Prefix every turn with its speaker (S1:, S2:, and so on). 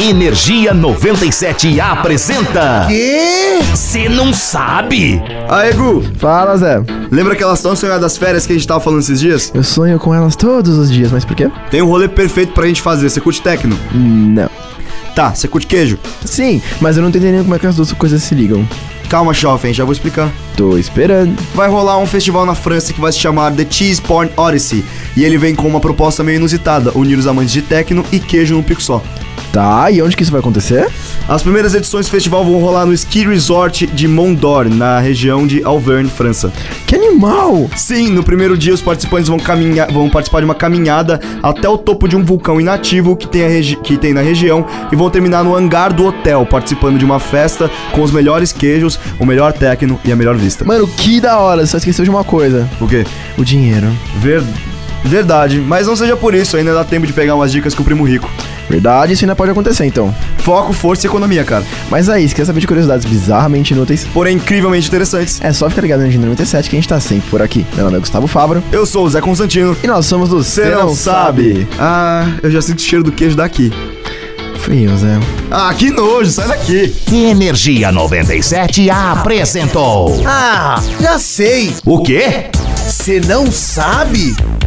S1: Energia 97 apresenta.
S2: Quê?
S1: Você não sabe?
S3: Aê, Gu,
S2: Fala, Zé.
S3: lembra aquelas tão sonhadas férias que a gente tava falando esses dias?
S2: Eu sonho com elas todos os dias, mas por quê?
S3: Tem um rolê perfeito pra gente fazer. Você curte tecno?
S2: Não.
S3: Tá, você curte queijo?
S2: Sim, mas eu não tô entendendo como é que as duas coisas se ligam.
S3: Calma, jovem, já vou explicar.
S2: Tô esperando.
S3: Vai rolar um festival na França que vai se chamar The Cheese Porn Odyssey. E ele vem com uma proposta meio inusitada: unir os amantes de tecno e queijo num pico só.
S2: Tá, e onde que isso vai acontecer?
S3: As primeiras edições do festival vão rolar no Ski Resort de Mondor, na região de Auvergne, França.
S2: Que animal!
S3: Sim, no primeiro dia os participantes vão, caminhar, vão participar de uma caminhada até o topo de um vulcão inativo que tem, a regi- que tem na região e vão terminar no hangar do hotel, participando de uma festa com os melhores queijos, o melhor técnico e a melhor vista.
S2: Mano, que da hora, só esqueceu de uma coisa.
S3: O quê?
S2: O dinheiro.
S3: Ver... Verdade, mas não seja por isso, ainda dá tempo de pegar umas dicas com o primo rico.
S2: Verdade, isso ainda pode acontecer então.
S3: Foco, força e economia, cara.
S2: Mas aí, se quer saber de curiosidades bizarramente inúteis,
S3: Porém, incrivelmente interessantes.
S2: é só ficar ligado no Agenda 97 que a gente tá sempre por aqui. Meu nome é Gustavo Fabro
S3: Eu sou o Zé Constantino.
S2: e nós somos do
S3: Você não sabe. Ah, eu já sinto o cheiro do queijo daqui.
S2: Fui eu, Zé.
S3: Ah, que nojo, sai daqui.
S1: Energia 97 apresentou.
S4: Ah, já sei.
S1: O quê?
S4: Você não sabe?